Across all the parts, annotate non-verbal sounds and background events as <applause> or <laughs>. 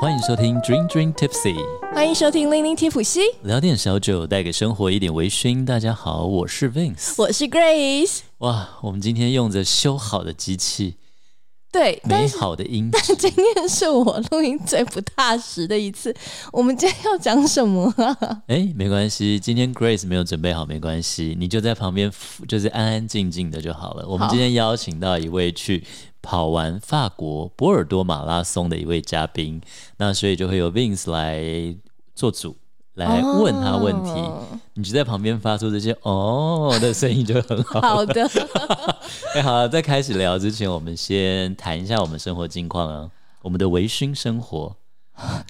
欢迎收听 Dream Dream Tipsy，欢迎收听《零零提普西》，聊点小酒，带给生活一点微醺。大家好，我是 Vince。我是 Grace。哇，我们今天用着修好的机器，对，但美是 <laughs> 好的音质，今天是我录音最不踏实的一次。我们今天要讲什么啊？哎，没关系，今天 Grace 没有准备好，没关系，你就在旁边，就是安安静静的就好了。我们好今天邀请到一位去跑完法国波尔多马拉松的一位嘉宾，那所以就会由 Vince 来做主，来哎问他问题。哦你就在旁边发出这些“哦”的声音就很好。好 <laughs> 的，哎、好了，在开始聊之前，我们先谈一下我们生活近况啊，我们的微醺生活。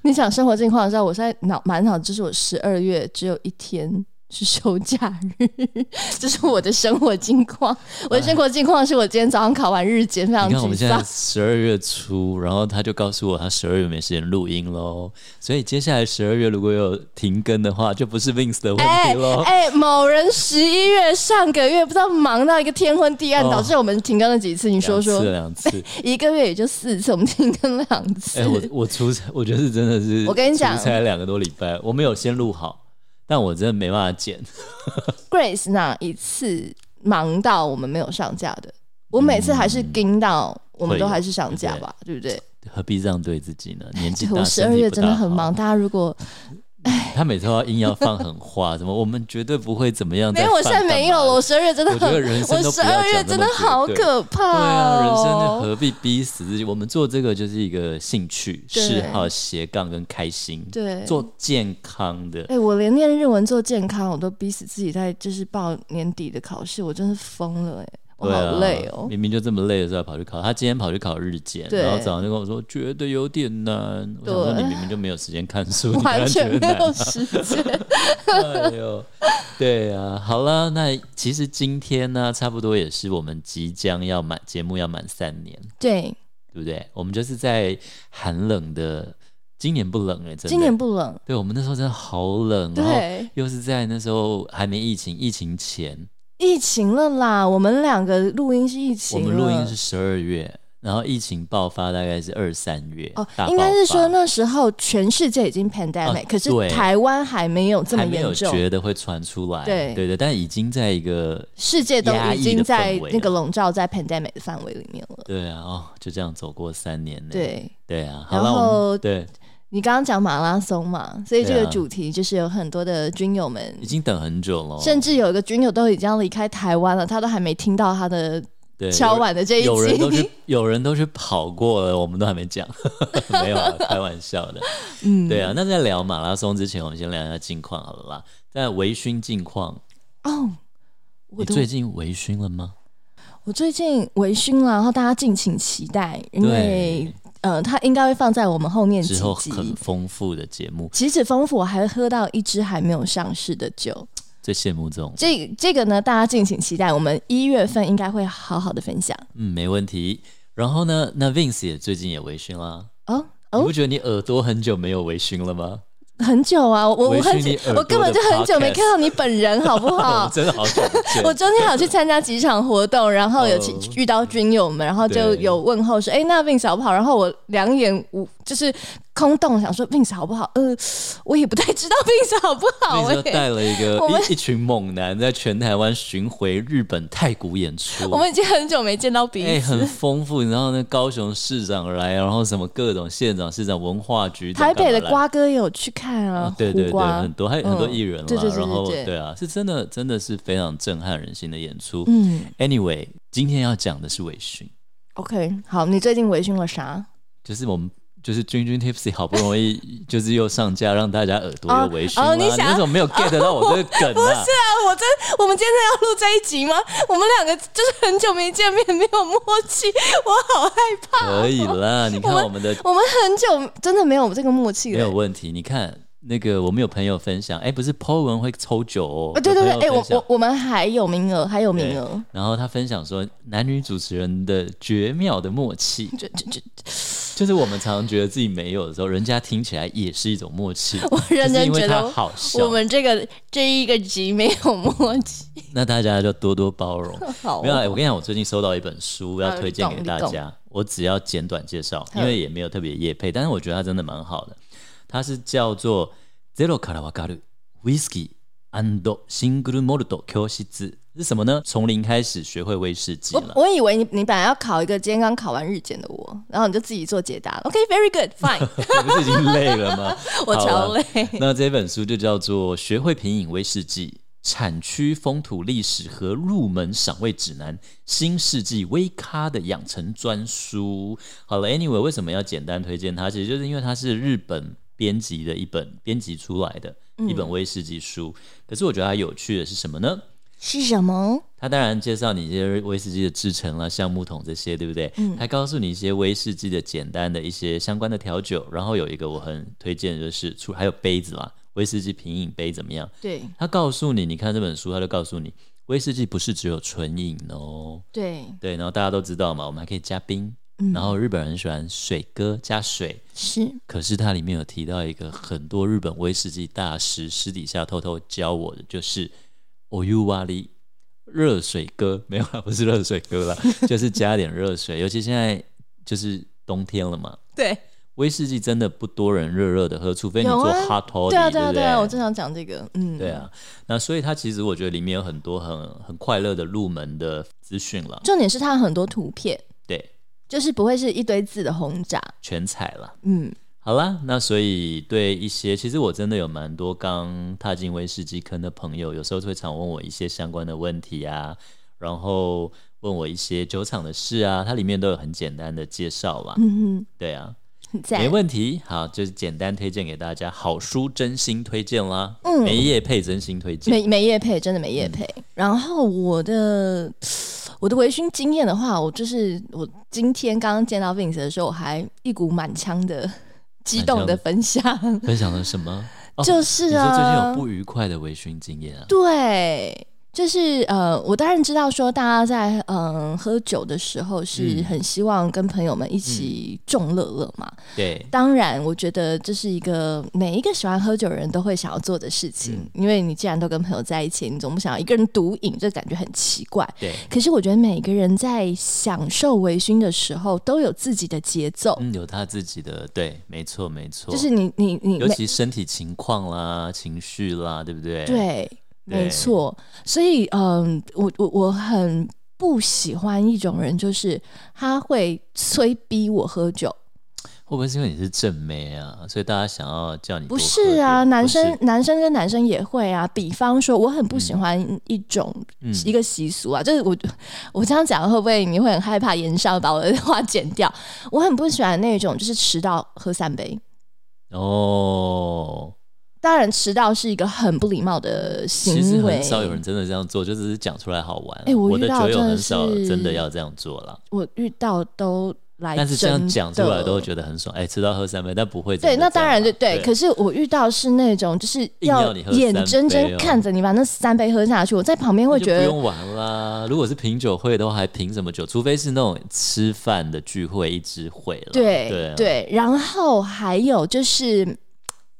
你讲生活近况的时候，我现在脑满脑就是我十二月只有一天。是休假日， <laughs> 这是我的生活近况。我的生活近况是我今天早上考完日检，非常你看，我们沮现在丧。十二月初，然后他就告诉我他十二月没时间录音喽，所以接下来十二月如果有停更的话，就不是 Vince 的问哎题喽。哎，某人十一月上个月不知道忙到一个天昏地暗，哦导致我们停更了几次。你哎说说，两次两次，一个月也就四次，我们停更两次。哎、 <laughs> 我我出差，我觉得真的是，我跟你讲出差两个多礼拜，我没有先录好，但我真的没办法剪。 Grace 那一次忙到我们没有上架的，我每次还是嗯盯到，我们都还是上架吧，对不对？何必这样对自己呢？年纪对大，哎我十二月身体不真大的很好忙，大家如果他每次都要硬要放狠话，什么我们绝对不会怎么样。没有，我现在没有了。我。十二月真的我觉很得人，生我都不十要二讲月真的那么好绝对可怕对啊，人生就哦。何必逼死自己？我们做这个就是一个兴趣、对嗜好、斜杠跟开心，对，做健康的。哎，我连念日文做健康，我都逼死自己在就是报年底的考试，我真是疯了哎，我对啊好累哦。明明就这么累的时候还跑去考，他今天跑去考日检，对然后早上就跟我说觉得有点难。我想说对你明明就没有时间看 <laughs> 书，你还 <laughs> 完全觉得没难有时 <laughs> 间，哎呦，对啊，好了，那其实今天呢，差不多也是我们即将要满节目要满三年，对，对不对？我们就是在寒冷的，今年不冷哎、真的。今年不冷，对我们那时候真的好冷，然后对，又是在那时候还没疫情，疫情前疫情了啦，我们两个录音是疫我情了，们录音是十二月，然后疫情爆发大概是二三月，哦大，应该是爆说发那时候全世界已经 pandemic，、啊可是对台湾还没有这么还没严有重，觉得会传出来，对对对，但已经在一个世界都压抑已的经氛在围那个了笼罩在 pandemic 的范围里面了。对啊，哦，就这样走过三年呢，对对啊，好然了，我后们对你刚刚讲马拉松嘛，所以这对个啊主题就是有很多的军友们已，经等很久了，甚至有一个军友都已经要离开台湾了，他都还没听到他的对敲碗的这一有人都集去。，有人都去跑过了，我们都还没 <laughs> 讲，没有啊，开玩笑的。嗯对啊，那在聊马拉松之前，我们先聊一下近况好了啦。在微醺近况， <laughs> 哦，我你的最近微醺了吗？我最近微醺了，然后大家敬请期待，因为呃，它应该会放在我们后面几之后很集。丰富的节目，即使丰富，我还喝到一支还没有上市的酒。最羡慕这种。这这个呢，大家敬请期待，我们一月份应该会好好的分享嗯，没问题。然后呢，那 Vince 也最近也微醺啦。哦。你哦不，觉得你耳朵很久没有微醺了吗？很久啊，我微我醺很久你耳朵，的我根本就很久没 podcast 看到你本人，好不 <laughs> 我好 <laughs> 们？真的好久不见。哦我中间还有去参加几场活动，然后有去哦遇到军友们，然后就对有问候说：“哎、那 Vince 好不好？”然后我两眼无就是空洞，想说 Vince 好不好？呃，我也不太知道 <laughs> Vince 好不好、 Vince 就哎，带了一个我们一一群猛男在全台湾巡回日本太古演出。我们已经很久没见到彼哎、此。很丰富。然后呢，高雄市长来，然后什么各种县长、市长、文化局长台干嘛北来，的瓜哥也有去看啊，啊，对对胡对，瓜很多，还有很多嗯艺人啦。对对对然后对对对啊，是真的，真的是非常震撼人心的演出。嗯 Anyway，今天要讲的是微醺， ，OK，好，你最近微醺了啥？就是我们。就是君君 Tipsy 好不容易 <laughs> 就是又上架，让大家耳朵又哦微醺啦。哦你想为什么没有 get 到我这个 <laughs> 梗啊？啊，我真，我们今天要录这一集吗？我们两个就是很久没见面，没有默契，我好害怕。可以啦，你看我们的我们很久真的没有这个默契没了有。问题。你看那个我们有朋友分享，哎，不是 Po 文会抽酒哦。啊，对对有朋对，哎、友我分享我我们还有名额，还有名对额，然后他分享说，男女主持人的绝妙的默 <laughs> 契，就就就就是我们常常觉得自己没有的时候，人家听起来也是一种默契。 <laughs> 我认就是真因为觉他得好笑我，们这个这一个集没有默契，那大家就多多包容。好啊没有，哎我跟你讲，我最近收到一本书要推荐给大啊你懂家，我只要简短介绍，嗯因为也没有特别业配，但是我觉得它真的蛮好的。它是叫做 Zero からわかる Whisky and Single Malt 教室是什么呢？从零开始学会威士忌我 <laughs> 了。我以为你你本来要考一个今天刚考完日检的我，然后你就自己做解答了。OK，very、good，fine， <laughs> 不是已经累了吗？我好超啊累。那这本书就叫做《学会品饮威士忌：产区、风土、历史和入门赏味指南——新世纪威咖的养成专书》。好了，Anyway，为什么要简单推荐它？其实就是因为它是日本编辑的一本编辑出来的一本威士忌书。可是我觉得它有趣的是什么呢？是什么？他当然介绍你一些威士忌的制成啦、橡木桶这些，对不对？他告诉你一些威士忌的简单的一些相关的调酒，然后有一个我很推荐的就是出还有杯子啦，威士忌品饮杯怎么样？对他告诉你，你看这本书，他就告诉你，威士忌不是只有纯饮哦，对，对，然后大家都知道嘛，我们还可以加冰，然后日本人喜欢水哥加水，是可是它里面有提到一个很多日本威士忌大师私底下偷偷教我的，就是お湯割り热水哥，没有啦， <laughs> 不是热水哥啦，就是加点热水，尤其现在就是冬天了嘛。对，威士忌真的不多人热热的喝，除非你有做啊 hot toddy，、对啊，对对啊，不对啊，我正想讲这个，嗯，对。啊，那所以它其实我觉得里面有很多很很快乐的入门的资讯了，重点是它有很多图片，对，就是不会是一堆字的轰炸，全彩了。嗯，好啦，那所以对一些，其实我真的有蛮多刚踏进威士忌坑的朋友，有时候会常问我一些相关的问题啊，然后问我一些酒厂的事啊，它里面都有很简单的介绍啦。嗯对啊，哼，很赞没。问题。好，就是简单推荐给大家，好书真心推荐啦，嗯没业配真心推荐。没没夜配，真的没嗯夜配。然后我的我的微醺经验的话，我就是我今天刚刚见到 Vince 的时候，我还一股满腔的激动的分享，分享了什么？哦 <laughs> 就是你说最近啊，有不愉快的微醺经验啊？对。就是呃，我当然知道说大家在嗯、呃喝酒的时候是嗯很希望跟朋友们一起众乐乐嘛，对，当然，我觉得这是一个每一个喜欢喝酒的人都会想要做的事情，嗯因为你既然都跟朋友在一起，你总不想要一个人独饮，这感觉很奇怪。对，可是我觉得每个人在享受微醺的时候，都有自己的节奏，嗯，有他自己的，对，没错，嗯没错，就是你你你尤每其身体情况啦、情绪啦，对不对？，对，对没错。所以，嗯，我我我很不喜欢一种人，就是他会催逼我喝酒。会不会是因为你是正妹啊，所以大家想要叫你不多喝是点啊，男不是生男生跟男生也会啊。比方说，我很不喜欢一种、嗯一个习俗啊，就是我我这样讲会不会你会很害怕延上把我的话剪掉？ <laughs> 我很不喜欢那种就是迟到喝三杯。哦，当然，迟到是一个很不礼貌的行其为。实很少有人真的这样做，就只是讲出来好玩。啊哎我遇的到酒友真的很少是真的要这样做啦，我遇到都来真的，但是这样讲出来都会觉得很爽。哎，吃到喝三杯，但不会真的对，那这样当然啦就对。可对是我遇到是那种就是要你喝眼三睁杯睁哦看着你把那三杯喝下去，我在旁边那会就觉得不用玩啦。如果是品酒会的话，还品什么酒？除非是那种吃饭的聚会一支会了。对对啊然后还有就是。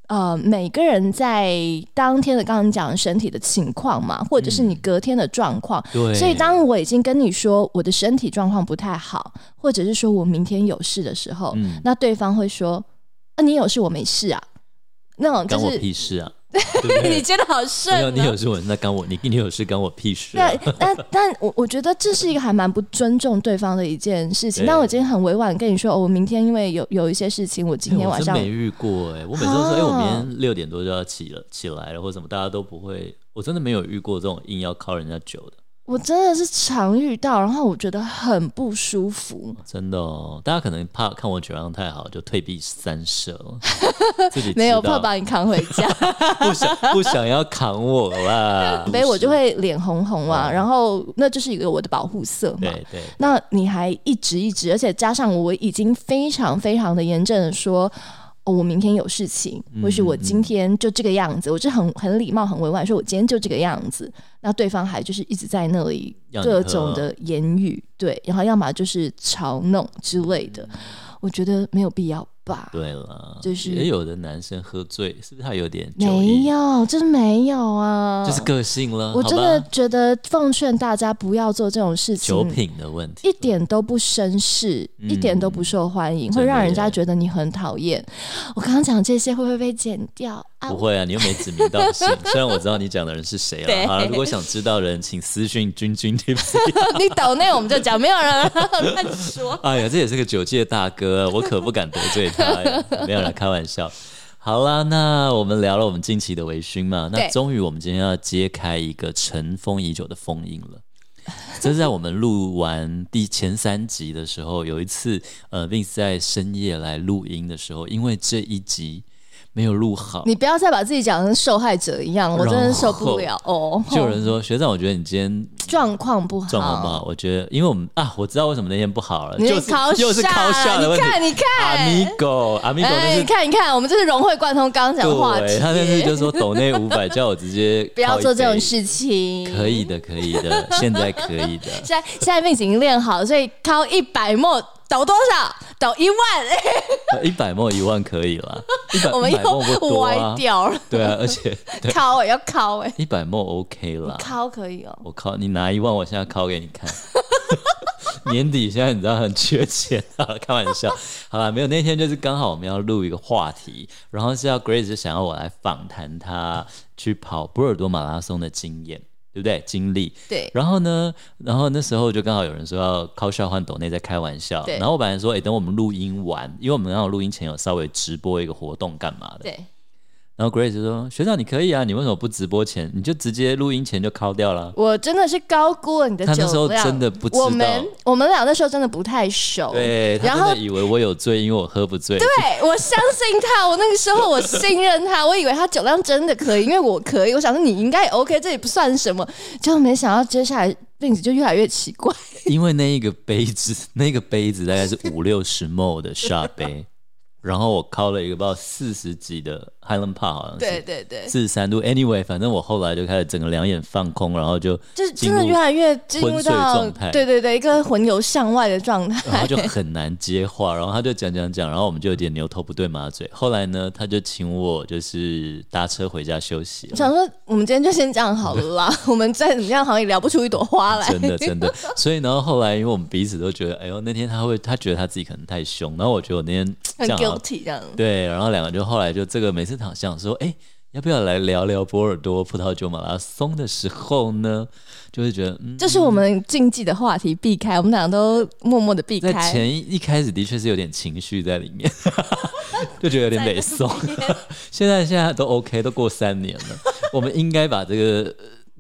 呃，每个人在当天的刚刚讲身体的情况嘛，或者是你隔天的状况，嗯对，所以当我已经跟你说我的身体状况不太好，或者是说我明天有事的时候，嗯，那对方会说：“啊，你有事，我没事啊。”那种干就我是屁事啊！对不对 <laughs> 你接的好没有，顺、你哦有事我啊那干我，你你有事干我屁事、啊。对，但但我我觉得这是一个还蛮不尊重对方的一件事情。对但我今天很委婉跟你说，哦，我明天因为有有一些事情，我今哎天我晚真上没遇过哎、我每次都说哎、啊我明天六点多就要起了，起来了或什么，大家都不会，我真的没有遇过这种硬要靠人家酒的，我真的是常遇到，然后我觉得很不舒服。真的哦。大家可能怕看我酒量太好，就退避三舍，自己知道 <laughs> 没有怕把你扛回家， <laughs> 不想不想要扛我啦， <laughs> 没我就会脸红红啊，嗯然后那就是一个我的保护色嘛。对对那你还一直一直，而且加上我已经非常非常的严正的说。哦，我明天有事情，嗯或是我今天就这个样子，我是很很礼貌、很委婉，说我今天就这个样子。那对方还就是一直在那里要你喝各种的言语，对，然后要么就是嘲弄之类的，我觉得没有必要吧？嗯对了，就是也有的男生喝醉，是不是他有点酒没瘾？有，真的没有啊！就是个性了，我好真的吧觉得奉劝大家不要做这种事情，酒品的问题，一点都不绅士，嗯一点都不受欢迎，真的会让人家耶觉得你很讨厌。我刚刚讲这些会不会被剪掉啊不？会啊，你又没指名道 <laughs> 姓。虽然我知道你讲的人是谁对了，好了，如果想知道的人，请私讯君君 tips。你抖那我们就讲，没有人啊乱说。哎呀，这也是个酒界大哥，我可不敢得罪他呀。没有啦，开玩笑。好啦，那我们聊了我们近期的微醺嘛，那对终于我们今天要揭开一个尘封已久的封印了。这是在我们录完第前三集的时候，有一次，呃，Vince 在深夜来录音的时候，因为这一集没有录好， <laughs> 你不要再把自己讲成受害者一样，我真的受不了哦。就有人说学长，我觉得你今天状况不好，状况不好，我觉得，因为我们啊，我知道为什么那天不好了，你就是是考就是靠下的问你题。啊看，你阿看米，狗，阿米狗哎，那你是看，你看，我们这是融会贯通刚刚讲的话题对，，他那次就说抖内五百，叫我直接 <laughs> 不要靠一做这种杯。事情，可以的，可以的，现在可以的。现在现在命已经练好了，所以掏一百墨抖多少？抖一万，<laughs> 哎呃一百梦一万可以啦，一百我们一百梦不又多歪啊。掉了，对啊，而且敲哎、要敲哎、一百梦 OK 啦。敲可以哦。我靠，你拿一万，我现在拷给你看。 <laughs> 年底现在你知道很缺钱啊，开玩笑。 <laughs> 好啦，没有那天就是刚好我们要录一个话题，然后是要 Grace 就想要我来访谈她去跑波尔多马拉松的经验，对不对？经历。对，然后呢，然后那时候就刚好有人说要靠笑换抖内在开玩笑，对然后我本来说，哎、等我们录音完，因为我们刚好录音前有稍微直播一个活动干嘛的，对，然后 Grace 就说：“学长，你可以啊，你为什么不直播前你就直接录音前就敲掉了？”啊我真的是高估了你的他酒那量。时候真的不知道我们我们俩那时候真的不太熟。对他哦然真后的以为我有醉，因为我喝不醉。对，我相信他，我那个时候我信任他， <laughs> 我以为他酒量真的可以，因为我可以，我想说你应该也 OK，这也不算什么，结果没想到接下来病子就越来越奇 <laughs> 怪。因为那一个杯子， <laughs> 那个杯子大概是五六十 ml 的沙杯，然后我靠了一个不知道四十几的 Highland Park，好像对是对对，四十三度。Anyway，反正我后来就开始整个两眼放空，然后就就是进真的入越来越进入昏睡到状态对对对一个魂游向外的状 <laughs> 然后态。就很难接话，然后他就讲讲讲，然后我们就有点牛头不对马嘴。后来呢，他就请我就是搭车回家休息了。想说我们今天就先这样好了啦， <laughs> 我们再怎么样好像也聊不出一朵花来。嗯真的真的。所以然后后来，因为我们彼此都觉得，哎呦，那天他会，他觉得他自己可能太凶，然后我觉得我那天这很样啊好 guilty 这样。对，然后两个就后来就这个每次躺想说，哎。要不要来聊聊波尔多葡萄酒马拉松的时候呢？就会觉得，嗯，这是我们禁忌的话题，避开，我们俩都默默的避在开。前一一开始的确是有点情绪在里面， <laughs> 就觉得有点北宋。现在现在都 OK，都过三年了，我们应该把这个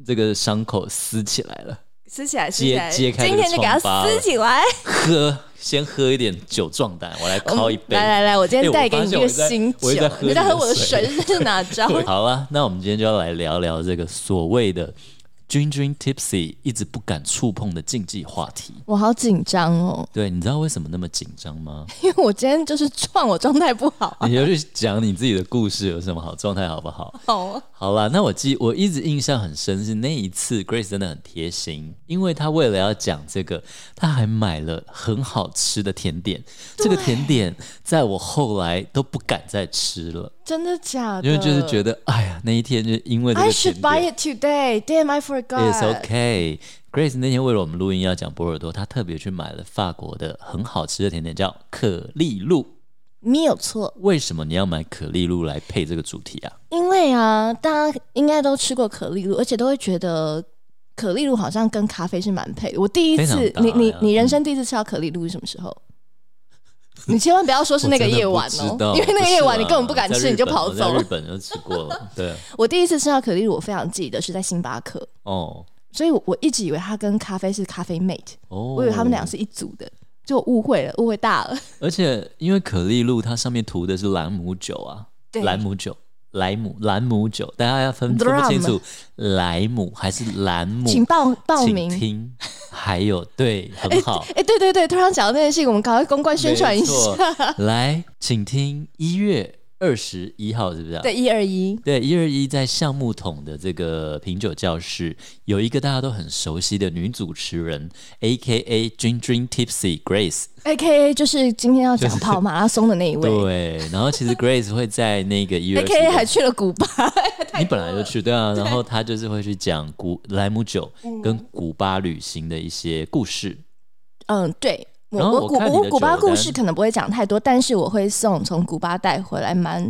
这个伤口撕起来了， <laughs> 撕起来，撕揭起来，揭开今这个天就给它疮疤撕起来。喝先喝一点酒壮胆，我来我敲们一杯。来来来，我今哎天我带给发你现一我个在新我酒一直在喝，你在你喝的我的水水是哪招？好啊，那我们今天就要来聊聊这个所谓的“君君 tipsy” 一直不敢触碰的禁忌话题。我好紧张哦，对，你知道为什么那么紧张 <laughs> 吗？因为我今天就是撞，我状态不好 <laughs> 啊。你就去讲你自己的故事，有什么好状态好不好？好啊好啦，那我记我一直印象很深是那一次，Grace 真的很贴心，因为她为了要讲这个，她还买了很好吃的甜点。这个甜点在我后来都不敢再吃了，真的假的？因为就是觉得，哎呀，那一天就因为这 I 个 should 甜 buy 点。 it today. Damn, I forgot. It's okay. Grace 那天为了我们录音要讲波尔多，她特别去买了法国的很好吃的甜点，叫可丽露。没有错，为什么你要买可丽露来配这个主题啊？因为啊，大家应该都吃过可丽露，而且都会觉得。可丽露好像跟咖啡是蛮配的。我第一次非常，搭嗯你你呀你人生第一次吃到可丽露是什么时候？你千万不要说是那个夜晚我真的不知哦道，因为那个夜晚不是啦啊你根本不敢在吃，日你就本跑我走在了日。本就吃过 <laughs> 了，对，我第一次吃到可丽露，我非常记得是在星巴克，哦所以我我一直以为它跟咖啡是咖啡 mate，哦，我以为他们俩是一组的，就误会了，误会大了。而且因为可丽露它上面涂的是兰姆酒啊，对兰姆酒。莱姆兰姆酒，大家要分分不 Drum 清楚，莱姆还是兰姆？请报报请名，听，还有对，很好，哎、对对对，突然讲到那件事情，我们赶快公关宣传一没下。错来，请听一月、二十一号，是不是、啊？对，一二一，对，一二一在橡木桶的这个品酒教室，有一个大家都很熟悉的女主持人，A K A Dream Dream Tipsy Grace。 A K A 就是今天要讲跑马拉松的那一位对，然后其实 Grace 会在那个一月 <laughs> ，A 二 K A 还十，去了古巴，你本来就去对啊，然后她就是会去讲古莱姆酒跟古巴旅行的一些故事。嗯，对。我然后我古看你的我古巴酒故单事可能不会讲太多，但是我会送从古巴带回来蛮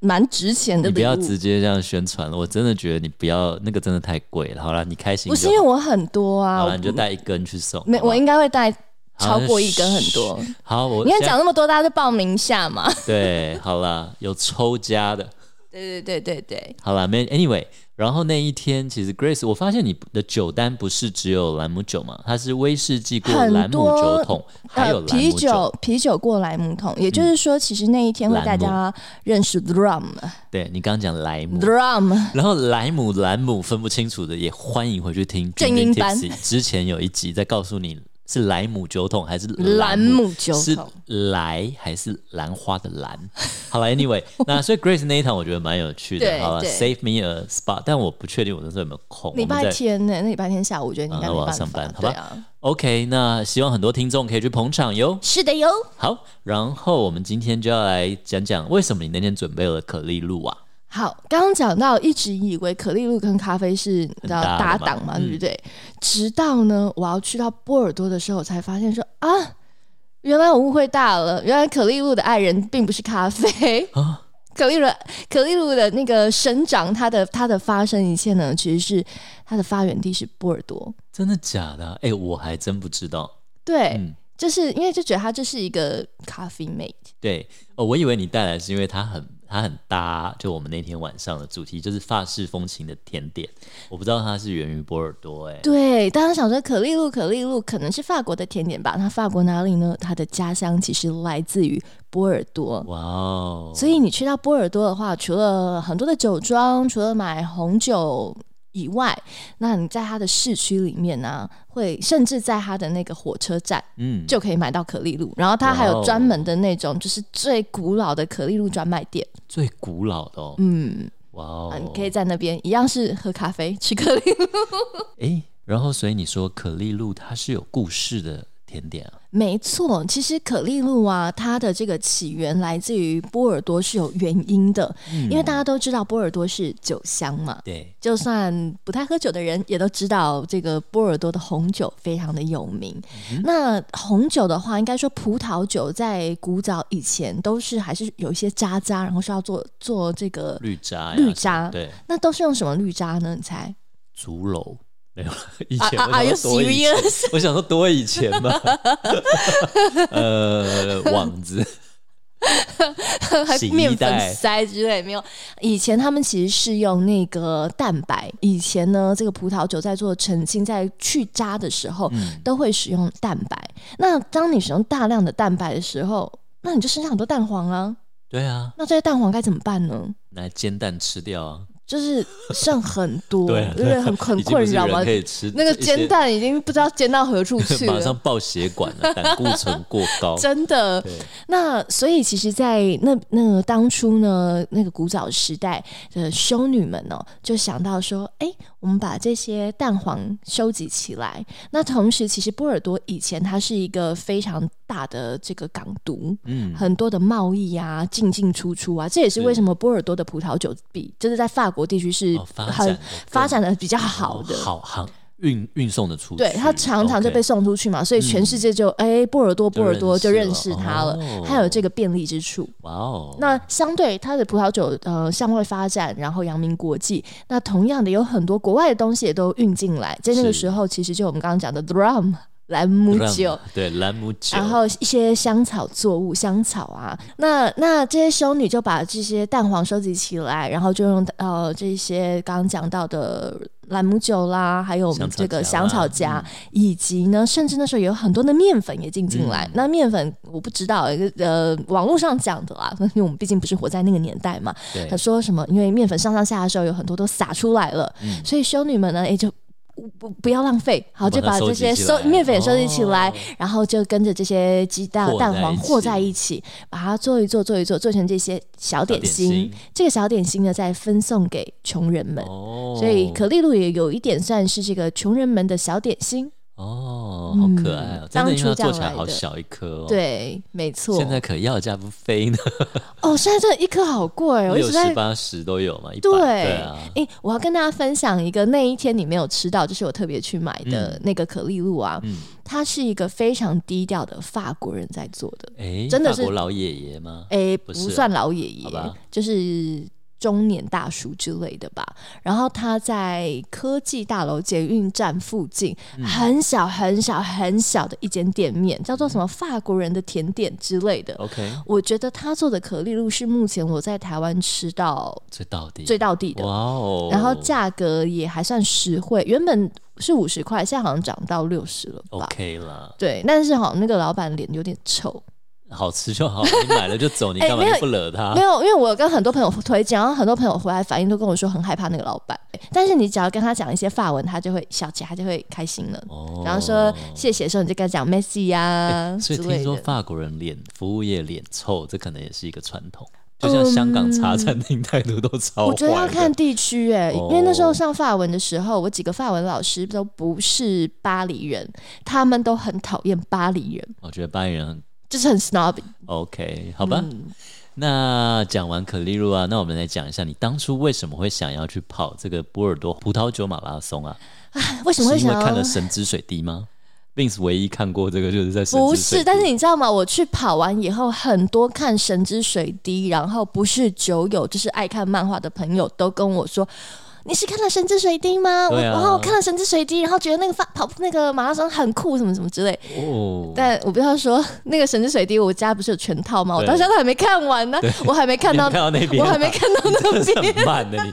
蛮值钱的你不礼物。要直接这样宣传了，我真的觉得你不要那个真的太贵了。好了，你开心不是就因为好我很多啊，好我了，你就带一根去送。没好不好我应该会带超好过一根很多。嘘好，我你看现在讲那么多，大家就报名一下嘛。 <laughs> 对，好啦，有抽家的，对对对对对，好啦，没 anyway。然后那一天，其实 Grace，我发现你的酒单不是只有兰姆酒嘛，它是威士忌过很兰姆多酒嗯桶，还有兰呃啤姆酒啤酒过莱姆桶，也就是说，其实那一天会大家认识 drum 对你刚刚讲莱姆， drum 然后莱姆兰姆分不清楚的，也欢迎回去听正 Drinking 音班 Tipsy 之前有一集在告诉你是莱姆酒桶还是兰姆姆酒是桶。来还是兰花的兰？好了，Anyway，那 <laughs> 所以 Grace 那一场我觉得蛮有趣的。对好了对，Save me a spot，但我不确定我那时候有没有空。礼我拜们在天呢、那礼拜天下午，我觉得你应该啊没我要办上法班。好对吧啊， OK，那希望很多听众可以去捧场哟。是的哟。好，然后我们今天就要来讲讲为什么你那天准备了可丽露啊？好，刚刚讲到，一直以为可丽露跟咖啡是你知道很搭的搭嘛档嘛，嗯对不对？直到呢，我要去到波尔多的时候，我才发现说啊，原来我误会大了，原来可丽露的爱人并不是咖啡。啊可丽露，可丽露的那个生长，它的它的发生一切呢，其实是它的发源地是波尔多。真的假的啊？哎、我还真不知道。对，嗯就是因为就觉得它就是一个 coffee mate。对，哦，我以为你带来是因为它很它很搭，就我们那天晚上的主题就是法式风情的甜点。我不知道它是源于波尔多、哎，对，当时想说可丽露，可丽露可能是法国的甜点吧？那法国哪里呢？它的家乡其实来自于波尔多。哇哦，所以你去到波尔多的话，除了很多的酒庄，除了买红酒以外，那你在它的市区里面呢、会甚至在它的那个火车站嗯，就可以买到可丽露。然后它还哇有哦专门的那种，就是最古老的可丽露专卖店。最古老的哦，嗯，哇啊，你哦，可以在那边一样是喝咖啡、吃可丽露。哎，然后所以你说可丽露它是有故事的甜点啊，没错，其实可丽露啊，它的这个起源来自于波尔多是有原因的，嗯因为大家都知道波尔多是酒乡嘛。对，就算不太喝酒的人，也都知道这个波尔多的红酒非常的有名。嗯那红酒的话，应该说葡萄酒在古早以前都是还是有一些渣渣，然后是要做做这个，绿渣呀，绿渣对，那都是用什么绿渣呢？你猜？竹篓没有，以啊前啊我想，Are you 说多以前 serious？我想说多以前 <laughs> 嘛，呃，网子， <laughs> 还洗衣面袋粉塞之类没有。以前他们其实是用那个蛋白，以前呢，这个葡萄酒在做澄清、在去渣的时嗯候，都会使用蛋白。那当你使用大量的蛋白的时候，那你就身上很多蛋黄啊。对啊，那这些蛋黄该怎么办呢？拿来煎蛋吃掉啊，就是剩很 <laughs> 多，对啊对不对？很很已经不困是扰人嘛可。以吃那个一些 <laughs> 煎。蛋已经不知道煎到何处去马了，上爆血管了，胆固醇过高。真的。对，那所以其实，在那那个当初呢，那个古早时代的修女们哦，就想到说，哎，我们把这些蛋黄收集起来。那同时，其实波尔多以前它是一个非常大的这个港都，嗯，很多的贸易啊，进进出出啊，这也是为什么波尔多的葡萄酒比就是在法国地区是哦发展很、得发更展的比较好的。好航运运送的出去，对他常常就 OK 被送出去嘛，所以全世界就哎、波尔多波尔多就嗯就认认识识了他了哦，还有这个便利之处。哇哦，那相对它的葡萄酒呃向外发展，然后扬名国际，那同样的有很多国外的东西也都运进来，在那个是时候其实就我们刚刚讲的 drum 兰姆让酒。对兰姆酒，然后一些香草作物、香草啊，那那这些修女就把这些蛋黄收集起来，然后就用呃这些刚刚讲到的兰姆酒啦，还有我们香草这荚啊嗯个啦香草荚，以及呢，甚至那时候有很多的面粉也进进来。嗯那面粉我不知道，呃，网络上讲的啦， <laughs> 因为我们毕竟不是活在那个年代嘛。对嗯他，说什么？因为面粉上上下下的时候有很多都洒出来了，所以修女们呢，哎就。不不要浪费，好就把它把收这集些起收来面粉收集起哦来，然后就跟着这些鸡蛋和蛋在黄一和起在一起，把它做一做做一做，做成这些小点哦点心。心这个小点心呢，再分送给穷人们。哦，所以可丽露也有一点算是这个穷人们的小点心，哦，好可爱哦，嗯真的，因为它当初这做样起来来好的小一颗哦。。对，没错。现在可要价不菲呢，哦，现在这一颗 <laughs> 好贵，我一六直在十八十都有嘛，一百对，啊，诶我要跟大家分享一个那一天你没有吃到，就是我特别去买的那个可丽露啊，嗯，它是一个非常低调的法国人在做的，哎，真的法是哎国老爷爷吗？诶，不不是啊算老爷爷好吧，就是中年大叔之类的吧。然后他在科技大楼捷运站附近，嗯很小很小很小的一间店面，叫做什么嗯法国人的甜点之类的。 OK，我觉得他做的可丽露是目前我在台湾吃到这到底最到地的哇，哦，然后价格也还算实惠，原本是五十块，现在好像涨到六十了吧。 OK 啦，对，但是好像那个老板脸有点臭，好吃就好，你买了就走，你哎干嘛没有你不惹他没？有，因为我跟很多朋友推荐，然后很多朋友回来反应都跟我说很害怕那个老 <laughs> 板，但是你只要跟他讲一些法文，他就会小姐，他就会开心了。哦然后说谢谢的时候，你就跟他讲 Messi 呀、哎所之以听类说的。法国人脸服务业脸臭，这可能也是一个传统，就像香港茶餐厅态度都超嗯我坏觉得要的看地区哎、因为那时哦候上法文的时候，我几个法文老师都不是巴黎人，他们都很讨厌巴黎人，我觉得巴黎人很就是很 snob。 OK，好吧。嗯那讲完可丽露啊，那我们来讲一下，你当初为什么会想要去跑这个波尔多葡萄酒马拉松啊？为什么会是因想为要看了《神之水滴》吗？Vince 唯一看过这个就是在《神不之水滴是，》，但是你知道吗？我去跑完以后，很多看《神之水滴》，然后不是酒友，就是爱看漫画的朋友，都跟我说。你是看了《神之水滴》吗？我对啊然后我看了《神之水滴》，然后觉得那个发跑那个马拉松很酷，什么什么之类。哦，但我不要说那个《神之水滴》，我家不是有全套吗？我对到现在还没看完呢， <laughs> 我还没看你到有，看到那边我啊，还没看到那真的 <laughs> 边。很慢的你。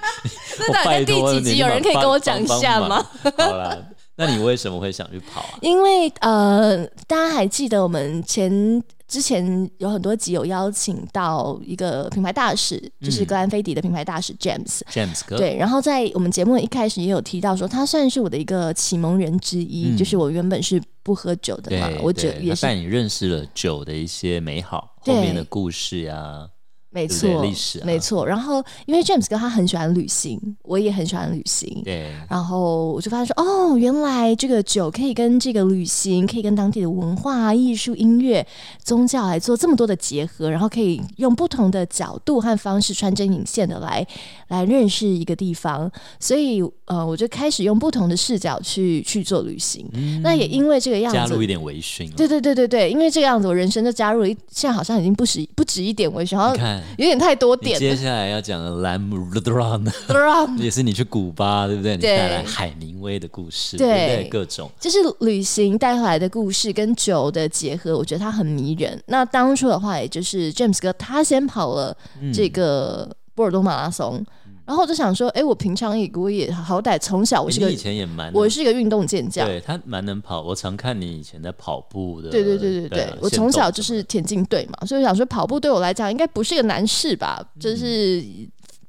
那我到底拜在托第你几集？有人可以跟我讲一下吗？你帮帮忙 <laughs> 好啦，那你为什么会想去跑啊？ <laughs> 因为呃，大家还记得我们前之前有很多集有邀请到一个品牌大使，就是格兰菲迪的品牌大使 James。 James 哥，，对，然后在我们节目一开始也有提到说，他算是我的一个启蒙人之一，嗯就是我原本是不喝酒的对嘛，，我只对也他带是你认识了酒的一些美好，后面对的故事啊呀，没对不对错，历史啊没错。然后因为 James 哥他很喜欢旅行，我也很喜欢旅行，对，然后我就发现说，哦，原来这个酒可以跟这个旅行，可以跟当地的文化啊、艺术、音乐、宗教来做这么多的结合，然后可以用不同的角度和方式穿针引线的来来认识一个地方。所以，呃，我就开始用不同的视角去去做旅行。那也因为这个样嗯加子入，一点微醺啊，对对对对对，因为这个样子，我人生就加入了一，现在好像已经不止不止一点微醺，好你像看。有点太多你点啊接下来要讲的兰姆 run <laughs> 了。也是你去古巴，对不对？你对带来海明威的故事，对对不对？各种就是旅行带回来的故事跟酒的结合，我觉得它很迷人。那当初的话，也就是 James 哥他先跑了嗯这个波尔多马拉松，然后我就想说，哎、我平常也我也好歹从小我是你个以前也蛮能，我是一个运动健将，对他蛮能跑。我常看你以前在跑步的，对对对对对，啊我限从小动就什么是田径队嘛，所以我想说跑步对我来讲应该不是个难事吧，嗯就是。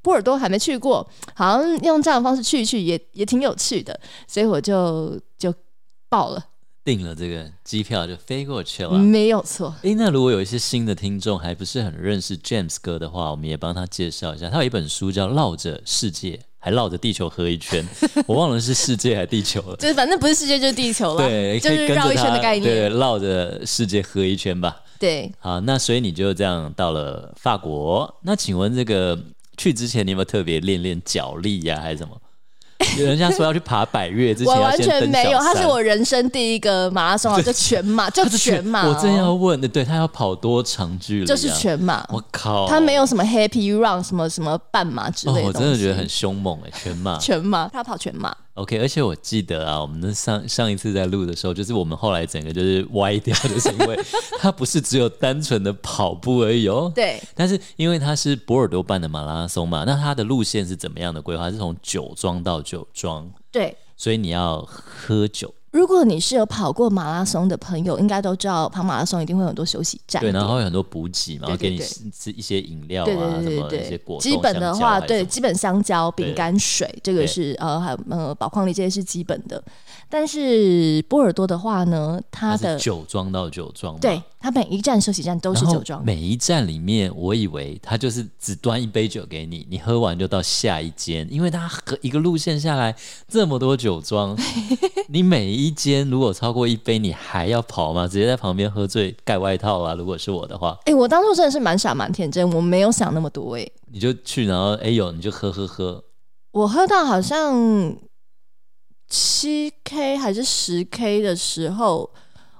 波尔多还没去过，好像用这样的方式去一去也也挺有趣的，所以我就就报了，订了这个机票就飞过去了。没有错。诶，那如果有一些新的听众还不是很认识 James 哥的话，我们也帮他介绍一下。他有一本书叫《绕着世界还绕着地球喝一圈》， <laughs> 我忘了是世界还是地球 <laughs> 了。就是反正不是世界就是地球啦，对，啊就可以跟是着绕一圈他的概念。对，绕着世界喝一圈吧。对，好，那所以你就这样到了法国。那请问这个去之前，你有没有特别练练脚力呀、还是什么？有人家说要去爬百越之前， <laughs> 我要完先全登没有，小它是山我人生第一个马拉松啊，就全 <laughs> 马，就他是全马哦，我正要问的，对他要跑多长距离、啊？ <laughs> 就是全马，我靠，它没有什么 happy run 什么什么半马之哦类，我的东西，真的觉得很凶猛哎、全马。 <laughs> 全马，他跑全马， OK，而且我记得啊，我们的上上一次在录的时候，就是我们后来整个就是歪掉，就是因 <laughs> 为它不是只有单纯的跑步而已哦。对，但是因为它是博尔多办的马拉松嘛，那它的路线是怎么样的规划？是从酒庄到酒庄，对。所以你要喝酒，如果你是有跑过马拉松的朋友，应该都知道跑马拉松一定会有很多休息站对，点。然后有很多补给嘛，对给对你对吃吃一些饮料对啊，对什对对么对，一些果冻。基本的香话，蕉还是对什么基本香蕉、对饼干、水，这个对是呃还有呃宝矿力这些是基本的。但是波尔多的话呢，它它的是酒庄到酒庄嘛，对它每一站休息站都然是后酒庄，每一站里面，我以为他就是只端一杯酒给你，你喝完就到下一间，因为他和一个路线下来这么多酒 <laughs> 庄，你每一间如果超过一杯，你还要跑吗？直接在旁边喝醉盖外套啊！如果是我的话，哎、我当初真的是蛮傻蛮天真，我没有想那么多哎、你就去，然后哎呦，你就喝喝喝，我喝到好像七 K 还是十 K 的时候，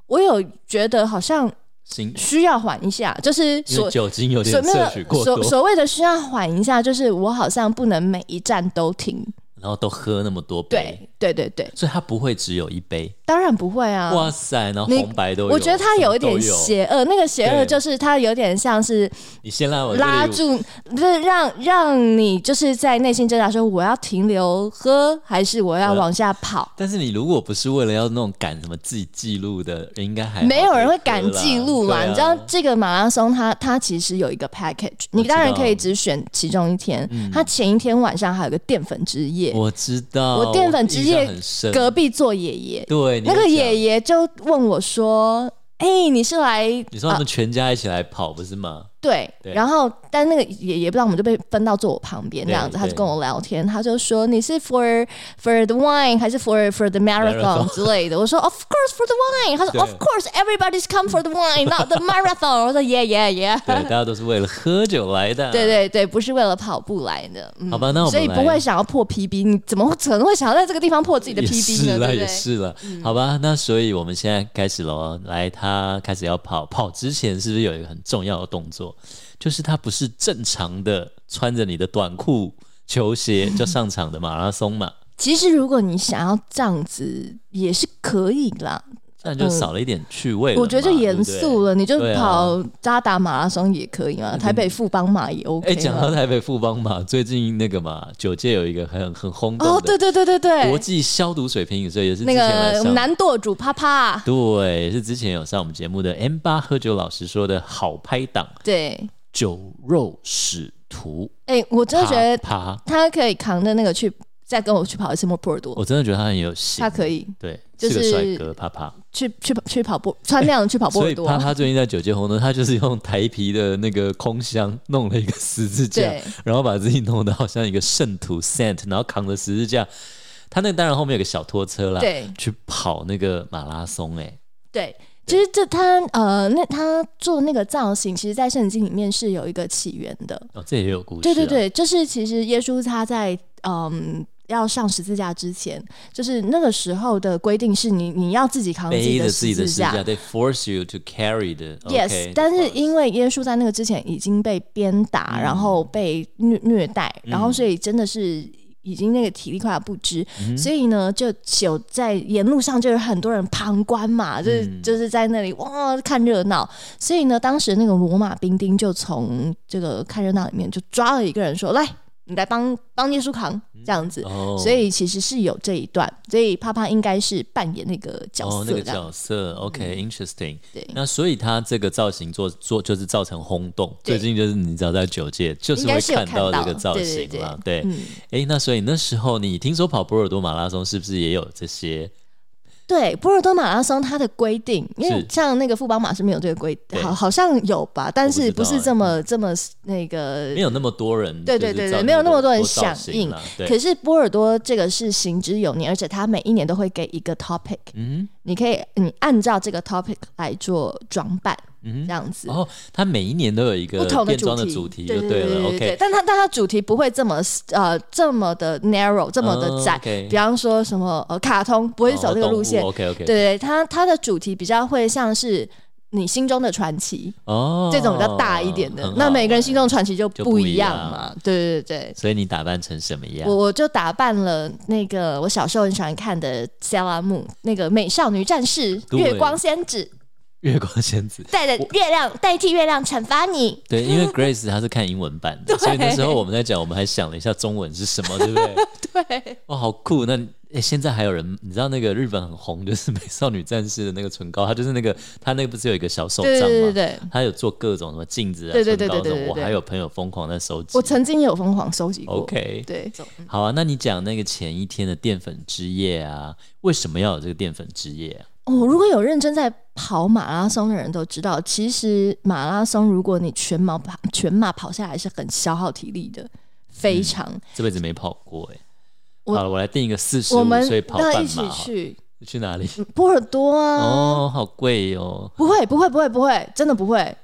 我有觉得好像心需要缓一下，就是因为所酒精有所点没摄取有过多所，所谓的需要缓一下，就是我好像不能每一站都停。然后都喝那么多杯，对对对对，所以它不会只有一杯。当然不会啊。哇塞，然后你红白都有，我觉得他什么有一点都邪恶，那个邪恶对就是他有点像是你先来我这里拉住，就是让让你就是在内心挣扎，说我要停留喝，还是我要我要往下跑？但是你如果不是为了要那种赶什么自己记录的，应该还好没有人会可以敢啦记录嘛？哎对啊你知道这个马拉松它它其实有一个 package，你我知道嗯当然可以只选其中一天。它前一天晚上还有个淀粉之夜，我知道，我淀粉之夜印象很深隔壁做爷爷，对那个爷爷，爷就问我说：“哎、你是来你说他们全家一起来跑不是 <laughs> 吗？对，对然后但那个也也不知道，我们就被分到坐我旁边这样子，对他就跟我聊天，他就说你是 for for the wine 还是 for for the marathon Marathon <laughs> 之类的，我说 of course for the wine，他说对 of course everybody's come for the wine，not the <laughs> marathon，我说 yeah yeah yeah，对，大家都是为了喝酒来的。对对对，不是为了跑步来的，嗯，好吧那我们所以来不会想要破 PB，你怎么可能会想要在这个地方破自己的也 PB 呢？是了，对不嗯也对？是了，好吧，那所以我们现在开始喽。来，他开始要跑，跑之前是不是有一个很重要的动作？就是他不是正常的穿着你的短裤、球鞋就上场的马拉松嘛，其实如果你想要这样子也是可以啦，这样就少了一点趣味了嘛、嗯我觉得就严对不对肃了，你就对啊跑渣打马拉松也可以嘛，台北富邦马也 OK 哎、嘛。讲到台北富邦嘛，最近那个嘛，九届有一个很很轰动的、哦，对对对对国对，际消毒水平饮水，也是之那前来个上男舵主啪啪，对，是之前有上我们节目的 M 八喝酒老师说的好拍档对，酒肉使徒，哎、我真的觉得啪啪，他可以扛着那个去，再跟我去跑一次莫波尔多，我真的觉得他很有型，他可以对，就是是个帅哥啪啪。去去去跑波，穿那样去跑波所尔以 <laughs> 多。啪啪最近在九界红灯，他就是用台皮的那个空箱弄了一个十字架对，然后把自己弄得好像一个圣徒 saint，然后扛着十字架。他那个当然后面有个小拖车啦，对去跑那个马拉松、欸，对，其实这他呃，那他做那个造型，其实在圣经里面是有一个起源的。哦，这也有故事、啊，对对，对，就是其实耶稣他在嗯要上十字架之前，就是那个时候的规定是你你要自己扛自己背的着自己的字十字架，对，force you to carry 的 Yes，、 OK，但是 of course 因为耶稣在那个之前已经被鞭打，嗯然后被虐虐待，然后所以真的是已经那个体力快要不支，嗯所以呢，就有在沿路上就有很多人旁观嘛，就是、嗯就是在那里哇看热闹。所以呢，当时那个罗马兵丁就从这个看热闹里面就抓了一个人说：“来，你来帮帮耶稣扛这样子。哦，所以其实是有这一段，所以帕帕应该是扮演那个角哦色，那个这样嗯角色，OK，interesting、对那所以他这个造型做做就是造成轰动，对最近就是你只要在九界，就是应该会是有看到看这个到造对对型对啦。对，嗯哎，那所以那时候你听说跑波尔多马拉松是不是也有这些？对，波尔多马拉松它的规定，因为是像那个富邦马是没有这个规，对好好像有吧，但是不不知道啊是这么这么那个没。有那么多人，对对就是对造对没有那么多人造响型应啦对，可是波尔多这个是行之有年，而且它每一年都会给一个 topic，嗯你可以你按照这个 topic 来做装扮，嗯这样子。然后他每一年都有一哦个不同的变主装题，的主题对就对了。对 OK，但它但它主题不会这么呃这么的 narrow，这么的窄。嗯，OK 哦比方说什么呃卡通不会走这个路线， OK OK，对，对，它它的主题比较会像是你心中的传奇、哦，这种比较大一点的很。好那每个人心中的传奇就就不不一一样样嘛，对对对。所以你打扮成什么样我？我就打扮了那个我小时候很喜欢看的《塞拉姆》，那个美少女战士、对月光仙子，月光仙子。带着月亮代替月亮惩罚你。对，因为 Grace 她是看英文 <laughs> 版的，所以那时候我们在讲，我们还想了一下中文是什么，对不对？对，哇，好酷！那哎、哎、现在还有人，你知道那个日本很红，就是美少女战士的那个唇膏，它就是那个，它那个不是有一个小手对杖对对对吗？对，它有做各种什么镜子啊、对对对唇膏对那对种对对我还有朋友疯狂在收集。我曾经也有疯狂收集过。 OK，对，好啊，那你讲那个前一天的淀粉之夜啊，为什么要有这个淀粉之夜啊？哦，如果有认真在跑马拉松的人都知道，其实马拉松如果你全马跑全马跑下来是很消耗体力的，非常。这辈子没跑过哎、我好了，我来定一个四十我五们岁跑要半一起马好了，去嗯去哪里？波尔多啊！哦，好贵哦。不会，不会，不会，不会，真的不会。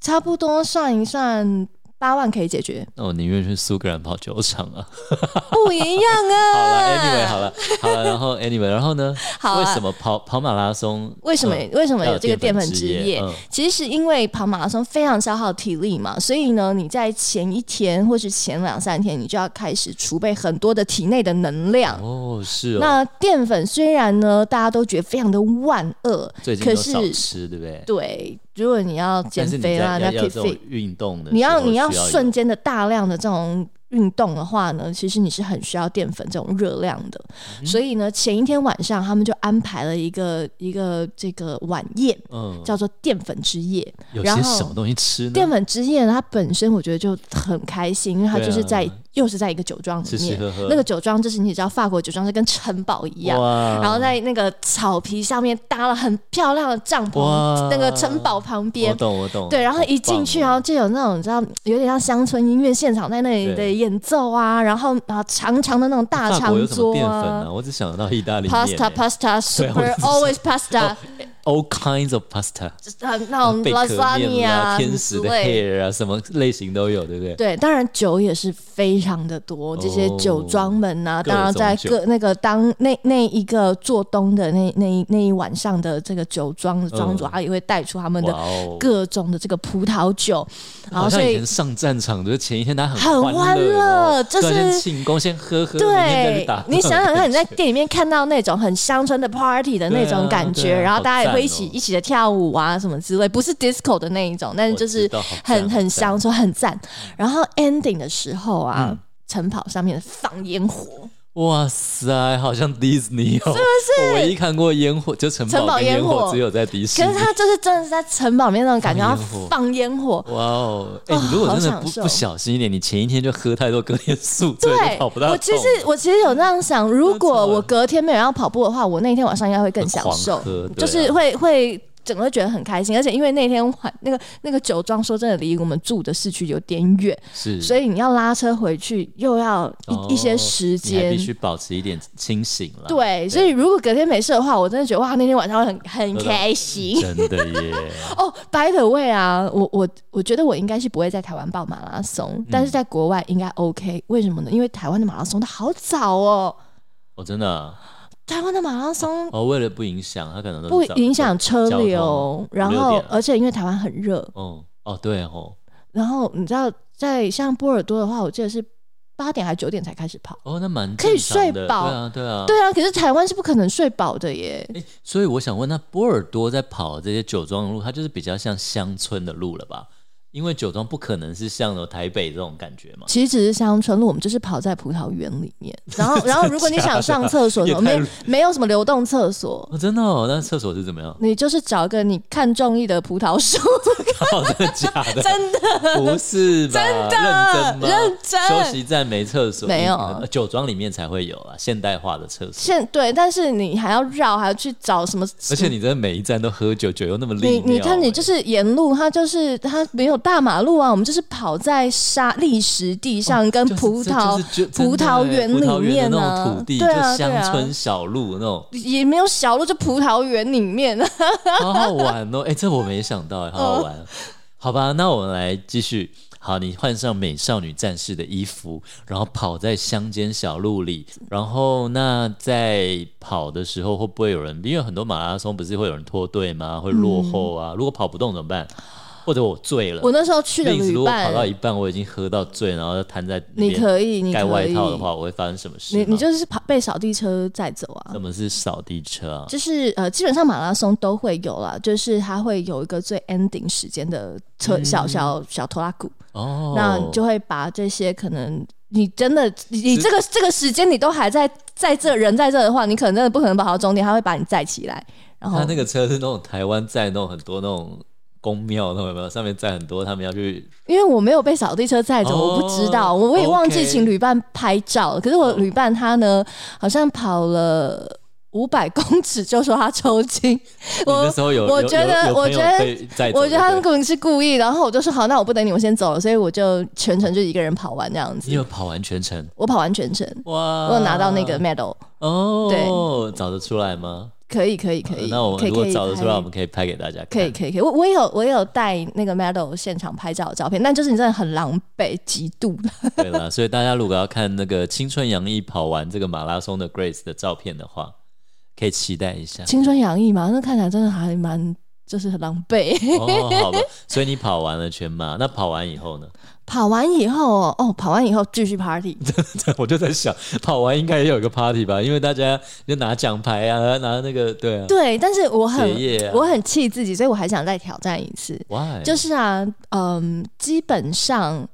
差不多算一算，八万可以解决，那我宁愿去苏格兰跑九场啊。 <laughs> 不一样好了啊！ ，anyway，好了，好了，然后 anyway，然后呢？好啊为什么跑跑马拉松？为什么、嗯为什么要有这个淀粉之之夜？嗯其实因为跑马拉松非常消耗体力嘛，所以呢，你在前一天或是前两三天，你就要开始储备很多的体内的能量。哦，是哦。那淀粉虽然呢，大家都觉得非常的万恶，最近可都是少吃，对不对？对，如果你要减但是你肥啊啦，在要要要 keep 这种 fit，运动的时候需你要要有，你要瞬间的大量的这种运动的话呢，其实你是很需要淀粉这种热量的。嗯所以呢，前一天晚上他们就安排了一个一个这个晚宴，嗯，叫做淀粉之夜。有然些后什么东西吃呢？淀粉之夜呢，它本身我觉得就很开心，因为它对啊就是在、又是在一个酒庄里吃吃面，喝喝，那个酒庄就是你也知道法国酒庄是跟城堡一样。哇，然后在那个草皮上面搭了很漂亮的帐篷哇，那个城堡旁边我，懂我懂。对，然后好一进棒去，哦然后就有那种你知道，有点像乡村音乐现场在那里的对演奏啊，然后啊长长的那种大法长国有什么桌淀粉啊啊？我只想到意大利面，pasta 欸 pasta <laughs> 对我 super 也是 always <laughs> pasta， all kinds of pasta，就是很那种哦贝壳哦 lasagna 面啊，啊天什使么的之类的 hair 啊，什么类型都有，对不对？对，当然酒也是非常的多，这些酒庄们啊，哦当然在各种各那个当那那一个做东的那那一那一晚上的这个酒庄的庄主啊，也会带出他们的嗯哇哦，各种的这个葡萄酒，然后好所像以以前上战场就是前一天他很很欢欢乐乐，哦就对啊是先庆功，先喝喝，明天再去对打，你想 <laughs> 想看，你在对店里面看到那种很乡村的 party 的那种感对觉，啊对啊然后大家也会好一起、赞哦一起的跳舞啊什么之类，不是 disco 的那一种，但是就我是知道好赞很好很赞乡村，很赞。然后 ending 的时候啊，嗯城堡上面放烟火，哇塞，好像迪士尼哦，是不是？我唯一看过烟火，就城城堡堡跟烟烟火火只有在迪士可尼是。它就是真的是在城堡里面那种感觉，放然烟火后放烟火。哇哦，哎，哦你如果好真的享不受不小心一点，你前一天就喝太多，隔天宿醉对都跑不，到。我其实我其实有那样想，如果我隔天没有要跑步的话，我那天晚上应该会更享受狂喝，对就啊是会会整个觉得很开心，而且因为那天晚那个那个酒庄说真的离我们住的市区有点远，是，所以你要拉车回去又要一、哦一些时你还间必。须保持一点清醒了。对，所以如果隔天没事的话，我真的觉得哇，那天晚上会很很喝到开心。真的耶，哦、白 b y the way 啊，我我我觉得我应该是不会在台湾报马拉松，嗯但是在国外应该 OK。为什么呢？因为台湾的马拉松它好早哦，我真的啊台湾的马拉松哦，为了不影响他，可能都不是早影响车交通流，然五六后点啊而且因为台湾很热，哦哦，对哦，然后你知道在像波尔多的话，我记得是八点还九点才开始跑。哦，那蛮可以正常的睡饱对啊，对啊，对啊，可是台湾是不可能睡饱的耶。诶。所以我想问，那波尔多在跑这些酒庄的路，它就是比较像乡村的路了吧？因为酒庄不可能是像台北这种感觉嘛。其实只是乡村路，我们就是跑在葡萄园里面。然后，然后如果你想上厕 <laughs> 所，也没有太没有什么流动厕所，哦，真的哦，那厕所是怎 <laughs>？么样你就是找一个你看中意的葡萄树，哦，真的假的？ <laughs> 真的不是吧？真认真吗？认真休息站没厕所，没有呃酒庄里面才会有啊，现代化的厕所。现对，但是你还要绕，还要去找什么？而且你在每一站都喝酒，酒又那么利你尿、欸你看，你就是是沿路，它就是它没有大马路啊，我们就是跑在沙砾石地哦上，跟葡萄、葡萄欸园里面那种啊土，地，对啊就对乡啊村，小路那种，也没有小路，就葡萄园 <laughs> 里面。好好玩哦！哎、这我没想嗯到、哎，好好玩。好吧，那我们来继续。好，你换上美少女战士的衣服，然后跑在乡间小路里，然后那在跑的时候会不会有人？因为很多马拉松不是会有人脱队吗？会落后啊？如果跑不动怎么办？或者我醉了，嗯我那时候去的 Vince，如旅果跑伴，到一半我已经喝到醉，然后瘫在那你边可以，你盖可外以，套的话，我会发生什么事吗？你你就是跑被扫地车载走啊什。么是扫地车啊？就是呃，基本上马拉松都会有啦，就是它会有一个最 ending 时间的车小小小拖拉股，嗯哦，那你就会把这些可能你真的，你你是这个这个时间你都还在在这人在这的话，你可能真的不可能跑到终点，他会把你载起来。然后啊他那个车是那种台湾载那种很多那种公庙，那种有没有？上面载很多他们要去因为我没有被扫地车载走，哦我不知道，我我也忘记 OK 哦请旅伴拍照了。可是我旅伴他呢，好像跑了五百公尺就说他 <laughs> 抽筋，你我那时候有，我有觉有得有我朋友觉得被载走我觉对得他不对们可能是故意。然后我就说好，那我不等你，我先走了，所以我就全程就一个人跑完这样你子。有呃跑完全程我跑完全程，哇！我有拿到那个 medal，哦，找得出来吗？呃可以可以可以。那我可们如以果可以找得出来，拍我们可以拍给大家看。可以可以可以，我我也有我也有带那个 medal 现场拍照的照片，但就是你真的很狼狈，极度的。。对啦，所以大家如果要看那个青春洋溢跑完这个马拉松的 Grace 的照片的话，可以期待一下 <laughs> 青春洋溢嘛，那看起来真的还蛮就是很狼狈。 <laughs> 哦，好吧，所以你跑完了全马，那跑完以后呢？跑完以后哦，哦，跑完以后继 <laughs> 续 party，我就在想，跑完应该也有一个 party 吧，因为大家就拿奖牌啊，拿那个对啊，对，但是我很、结业啊我很气自己，所以我还想再挑战一次。哇，就是啊，嗯，基本上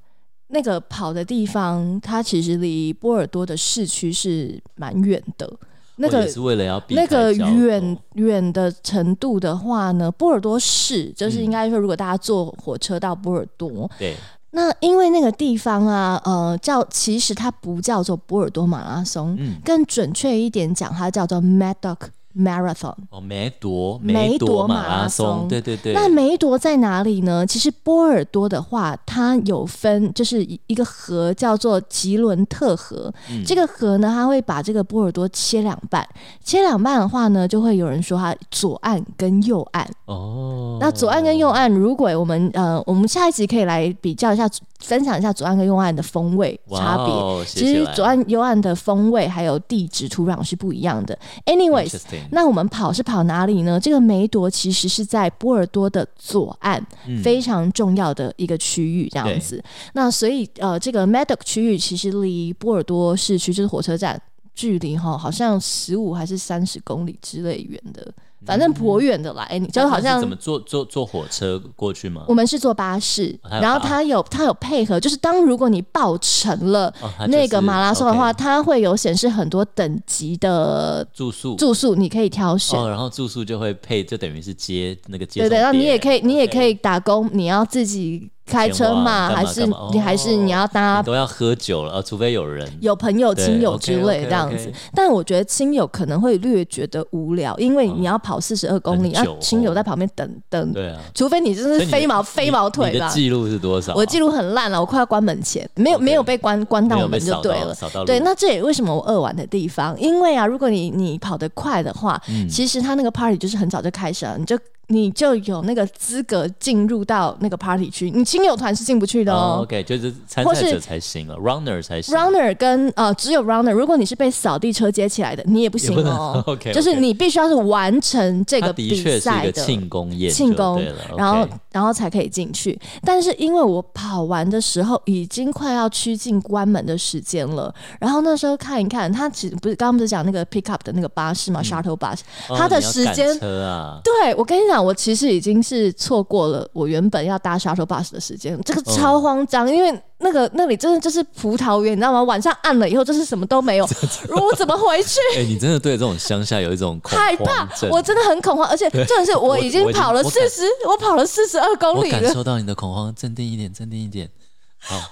那个跑的地方，它其实离波尔多的市区是蛮远的。那我个也是为了要避那个开交哦通远远的程度的话呢，波尔多市就是嗯应该说，如果大家坐火车到波尔多，对那因为那个地方啊，呃，叫其实它不叫做波尔多马拉松，嗯更准确一点讲，它叫做 Mad Dog Marathon。哦，梅朵梅朵朵马拉拉松对对对，那梅朵在哪里呢？其实波尔多的话，它有分，就是一一个河叫做吉伦特河。嗯这个河呢，它会把这个波尔多切两半。切两半的话呢，就会有人说它左岸跟右岸。哦，那左岸跟右岸，如果我们呃，我们下一集可以来比较一下，分享一下左岸跟右岸的风味差别。哇哦写其起实来左岸、右岸的风味还有地质土壤是不一样的。Anyways， Interesting 那我们跑是跑哪里呢？这个梅朵其实是在波尔多的左岸，嗯非常重要的一个区域，这样子。那所以呃，这个 Medoc 区域其实离波尔多市区就是火车站距离哈，好像十五还是三十公里之类远的，反正颇远的啦。哎、你嗯就那好他是像怎么坐坐坐火车过去吗？我们是坐巴士，哦它有然后巴它有它有配合，就是当如果你报成了哦它就是那个马拉松的话， OK 它会有显示很多等级的住宿住宿，你可以挑选。哦，然后住宿就会配，就等于是接那个接对对，送那你别也人可以，你也可 OK 以打工，你要自己开车前往嘛，干还嘛是干嘛哦你还是你要搭你都要喝酒了，呃，除非有人有朋友、亲友之类对，OK，OK，OK 这样子。但我觉得亲友可能会略觉得无聊，因为嗯你要跑四十二公里，很久要亲友哦在旁边等等，对啊，除非你真所以是你的飞毛你飞毛你腿的吧。记录是多少啊？我记录很烂了，我快要关门前，没有 OK 没有被关关到没有我被们就扫对到了。扫到对，路那这也为什么我二玩的地方，因为啊，如果你你跑得快的话，嗯其实他那个 party 就是很早就开始了，你就你就有那个资格进入到那个 party 区，你亲友团是进不去的哦哦。 ，OK，就是参或赛是者才行了，runner 才行。 Runner 跟呃只有 Runner，如果你是被扫地车接起来的，你也不行也不能哦。 OK，就是你必须要是完成这他个的比确是赛一个的庆功宴，庆功对了，然后 OK 然后才可以进去。但是因为我跑完的时候已经快要趋近关门的时间了，然后那时候看一看，他其实不是刚刚不是讲那个 pick up 的那个巴士嘛、s h u t t l e bus，嗯哦他的你要时赶间车啊，对我跟你讲，我其实已经是错过了我原本要搭 shuttle bus 的时间，这个超慌哦张，因为那个那里真的就是葡萄园，你知道吗？晚上暗了以后，就是什么都没 <laughs> 有，我怎么回去？哎，你真的对这种乡下有一种恐害怕慌症，我真的很恐慌，而且真的是我已经我已经跑了我四感十，我跑了四十二公我里感了。受到你的恐慌，镇定一点，镇定一点。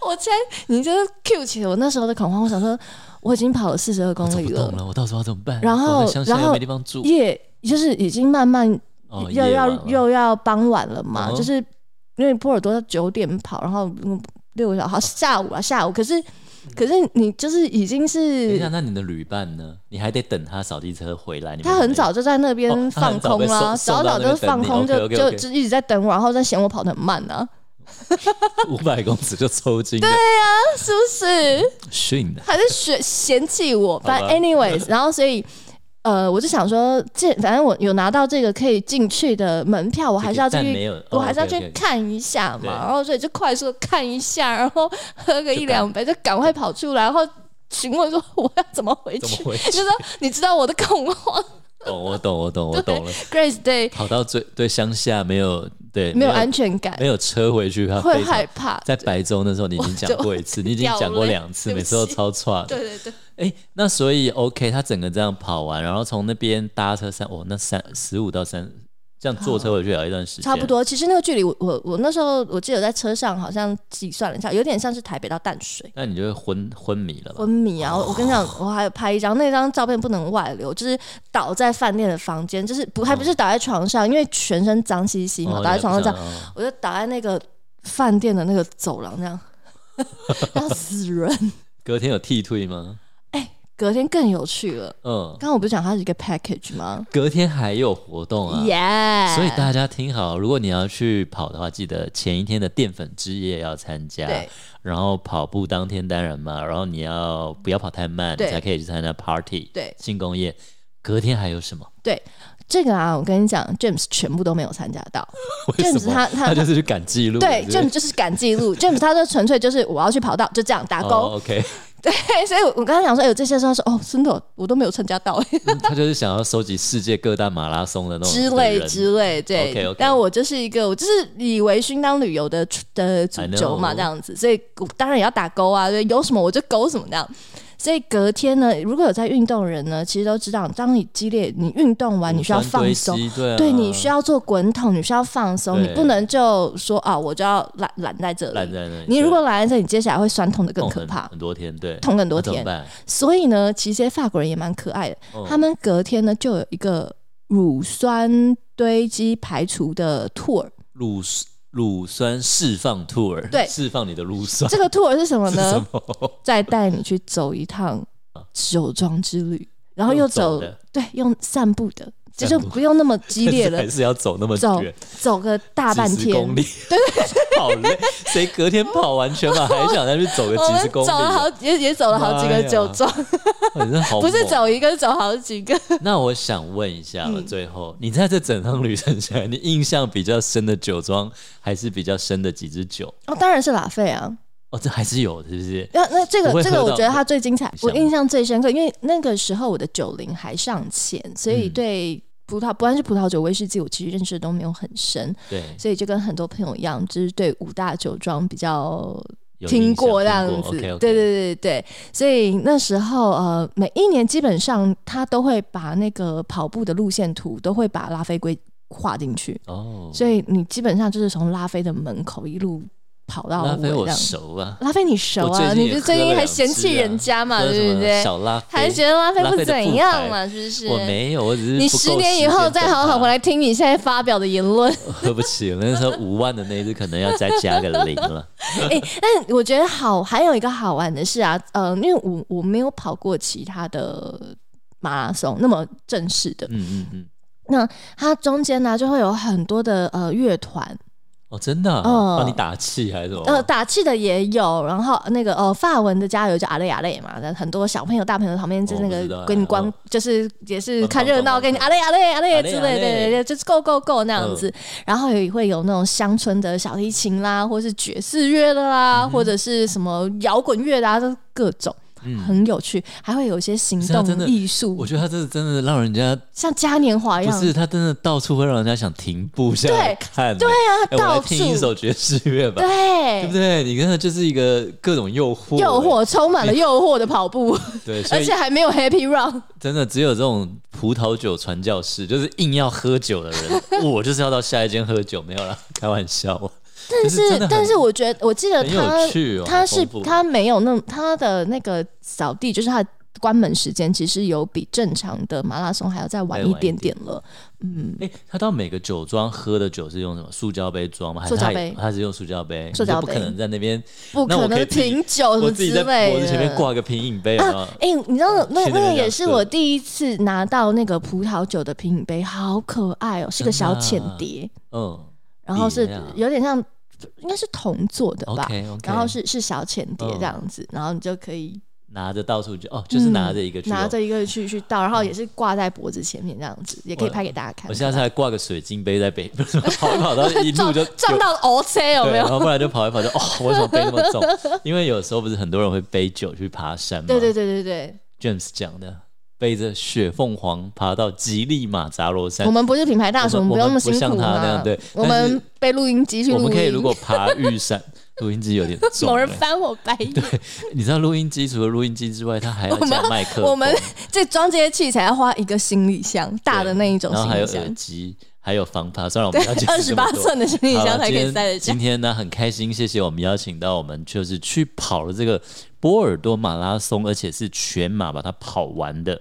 我现在你就是 Q 起了我那时候的恐慌，我想说我已经跑了四十二公我走里不动了，我到时候要怎么办？哦然后我在乡下然又后没地方住，夜就是已经慢慢哦，又夜要、晚了又要傍晚了嘛，嗯就是因为波尔多九点跑，然后嗯六个小时，好下午啊下午，可是可是你就是已经嗯等一下，是哎那你的旅伴呢？你还得等他扫地车回来。你们他很才早就在那哦边他放很早空被啦、送早送到那早边就放空就等你就 OK，OK，OK 就一直在等我，然后在嫌我跑得很慢 <laughs> 啊， <laughs> 五百公尺就抽筋，对呀，是不是？训的。还是嫌嫌弃我，吧反 <laughs> 正 anyways，然后所以。呃，我就想说，这反正我有拿到这个可以进去的门票，我还是要进但没去，有，哦我还是要去 OK，OK，OK 看一下对嘛。然后所以就快速地看一下，然后喝个就一两杯，就赶快跑出来，然后询问说我要怎么回 <laughs> 怎么去。 <laughs> 回就去？ <laughs> 说你知道我的恐慌，哦，我懂，我懂，我懂了。 Grace Day 跑到最对乡下没有对没有安全感没，有车回去，他会非常害怕。在白州那时候你已经讲过一次，你已经讲过两次，掉泪每次都超差的。对对对，哎、那所以 OK，他整个这样跑完，然后从那边搭车三哦，那三十五到三，这样坐车回去也要一段时间，啊差不。多。其实那个距离我，我我那时候我记得在车上好像计算了一下，有点像是台北到淡水。那你就会昏昏迷了吧昏？迷哦啊！我我跟你讲，我还有拍一张，那张照片不能外流，就是倒在饭店的房间，就是不还不是倒在床上，因为全身脏兮兮嘛，嗯哦倒在床上这样，哦我就倒在那个饭店的那个走廊这样， <laughs> 要死人。隔天有剃退吗？隔天更有趣了，嗯，刚刚我不是讲它是一个 package 吗？隔天还有活动啊。耶、所以大家听好，如果你要去跑的话，记得前一天的淀粉之夜要参加对，然后跑步当天当然嘛，然后你要不要跑太慢，你对才可以去参加 party。对庆功宴，隔天还有什么？ <laughs> 这个啊，我跟你讲，James 全部都没有参加到。为什 James 么？他他他就是去赶记录，对是不是，James 就是赶记录，James 他就纯粹就是我要去跑道，就这样打勾。哦 OK， <laughs> 对，所以我刚才讲说，哎、有这些时候说，哦，真的哦，我都没有参加 <laughs> 到、哎嗯他就是想要收集世界各大马拉松的那种之类人之类，对。 OK，OK 但我就是一个，我就是以为勋当旅游的的主轴 I 嘛， know 这样子，所以我当然也要打勾啊，对，有什么我就勾什么这样。所以隔天呢，如果有在运动的人呢，其实都知道，当你激烈，你运动完，啊你需要骨酸放堆松，积，对啊，对你需要做滚筒，你需要放松，对你不能就说啊，我就要懒懒在这懒里。在那里。你如对果懒在这里，你接下来会酸痛的更痛可很怕，很多天，对，痛更多那怎么天。办？所以呢，其实这些法国人也蛮可爱的，嗯他们隔天呢就有一个乳酸堆积排除的 <laughs> tour。乳乳酸释放 tour，对释放你的乳酸。这个 tour 是什么是什呢？么？再带你去走一趟酒庄之旅，然后又用走走的对，用散步的，这散就步不用那么 <laughs> 激烈 <laughs> 了还，是要走那么走远，走个大半几十天公。 <laughs> 里， <laughs> 对对，好累。谁隔天跑完全马还想再去走个我几十们公走里？了好也也走了好几个酒庄，哇你真的好不是猛走一个走好几个。那我想问一下了，嗯最后你在这整趟旅程下来，你印象比较深的酒庄还是比较深的几支酒？哦，当然是拉菲啊。哦，这还是有，是不是？那那这不会喝个这个，到我觉得它最精彩，像我印象最深刻，因为那个时候我的酒龄还尚浅，所以嗯对葡萄，不管是葡萄酒、威士忌，我其实认识的都没有很深，对，所以就跟很多朋友一样，就是对五大酒庄比较有听印象过这样听子。过 OK，OK 对对对对对，所以那时候呃，每一年基本上他都会把那个跑步的路线图都会把拉菲规划进去，哦，所以你基本上就是从拉菲的门口一路跑到拉尾菲这我样。熟啊，拉菲你熟我最啊，近你也就最喝了近还两嫌弃支啊人家嘛，喝什对么不对？小拉菲，还觉得拉菲拉不菲的怎副样牌嘛，是不是？我没有，我只是你不十够年以时后间再等好好它回来听你现在发表的言论。 <laughs> 喝不起了。那时候五万的那一只可能要再加个零了。 <laughs> 哎、但我觉得好，还有一个好玩的是啊，呃，因为我我没有跑过其他的马拉松那么正式的，嗯嗯嗯，那它中间呢、就会有很多的呃乐团，哦，真的啊、嗯帮你打气还是什么？呃，打气的也有，然后那个呃，法文的加油叫阿累阿累啊嘛，那很多小朋友、大朋友旁边就是那哦我知道个给你光，哦就是也是帮看热帮闹，帮给你阿啊累阿累阿阿累累之类阿累对对对，就是 go go go 那样子。嗯然后也会有那种乡村的小提琴啦，或是爵士乐的嗯啦，或者是什么摇滚乐的啊，都各种。很有趣，还会有一些行可是它嗯真的动艺术我，觉得他这真的让人家像嘉年华一不样。是他真的到处会让人家想停步下来对看、对啊，哎我到来处听一首爵士乐吧，对对不对？你看，它就是一个各种诱惑，欸诱，惑充满了诱惑的跑步，对，所而以且还没有 happy run。真的只有这种葡萄酒传教士，就是硬要喝酒的 <laughs> 人，我就是要到下一间喝酒，没有啦，开玩笑。但但是，但是我觉得，我记得很有他趣哦好他是丰富他没有那他的那个扫地，就是他的关门时间，其实有比正常的马拉松还要再晚一点点了。哎、他到每个酒庄喝的酒是用什么塑胶杯装吗？还是塑胶他也杯他是用塑胶杯，塑胶你就杯不可能在那边，不那我可可以能自己停酒什我么自己在之类脖子前面的。挂个 <laughs> 品饮杯啊啊，哎、你知道那去那那边个这样也是喝我第一次拿到那个葡萄酒的品饮杯，好可爱哦、是个小浅碟，嗯然后是碟啊有点像，应该是铜做的吧，OK OK，然后是是小浅碟嗯这样子，然后你就可以拿着到处去，哦，就是拿着一个去、嗯拿。着一个去去倒，然后也是挂在脖子前面这样子，也可以我拍给大家看。我下次还挂个水晶杯在北， <laughs> 不是跑一跑到一路撞就撞到 O C 有对，没然有？后不然就跑一跑就哦，我为什么背那么重？因为有时候不是很多人会背酒去爬山吗？对对对对对， ，James 讲的，背着雪凤凰爬到吉利马扎罗山我。们不是品牌大使，我我们们不用那么辛我们苦不像他那嘛样对。我但是们被录音机去我录音，们可以如果爬玉山， <laughs> 录音机有点重、 <laughs> 某人欸翻我 <laughs> 白眼，你知道录音机除了录音机之外，它还要我们加麦克风，我们这装这些器材要花一个行李箱大的那一种然后还行有李耳箱，机，还有防爬。虽然我对 <laughs> 们要，二解释十这么八多寸的行李好了箱才可以塞得下今天今。天呢，很开心，谢谢我们邀请到我们，就是去跑了这个波尔多马拉松，而且是全马把它跑完的，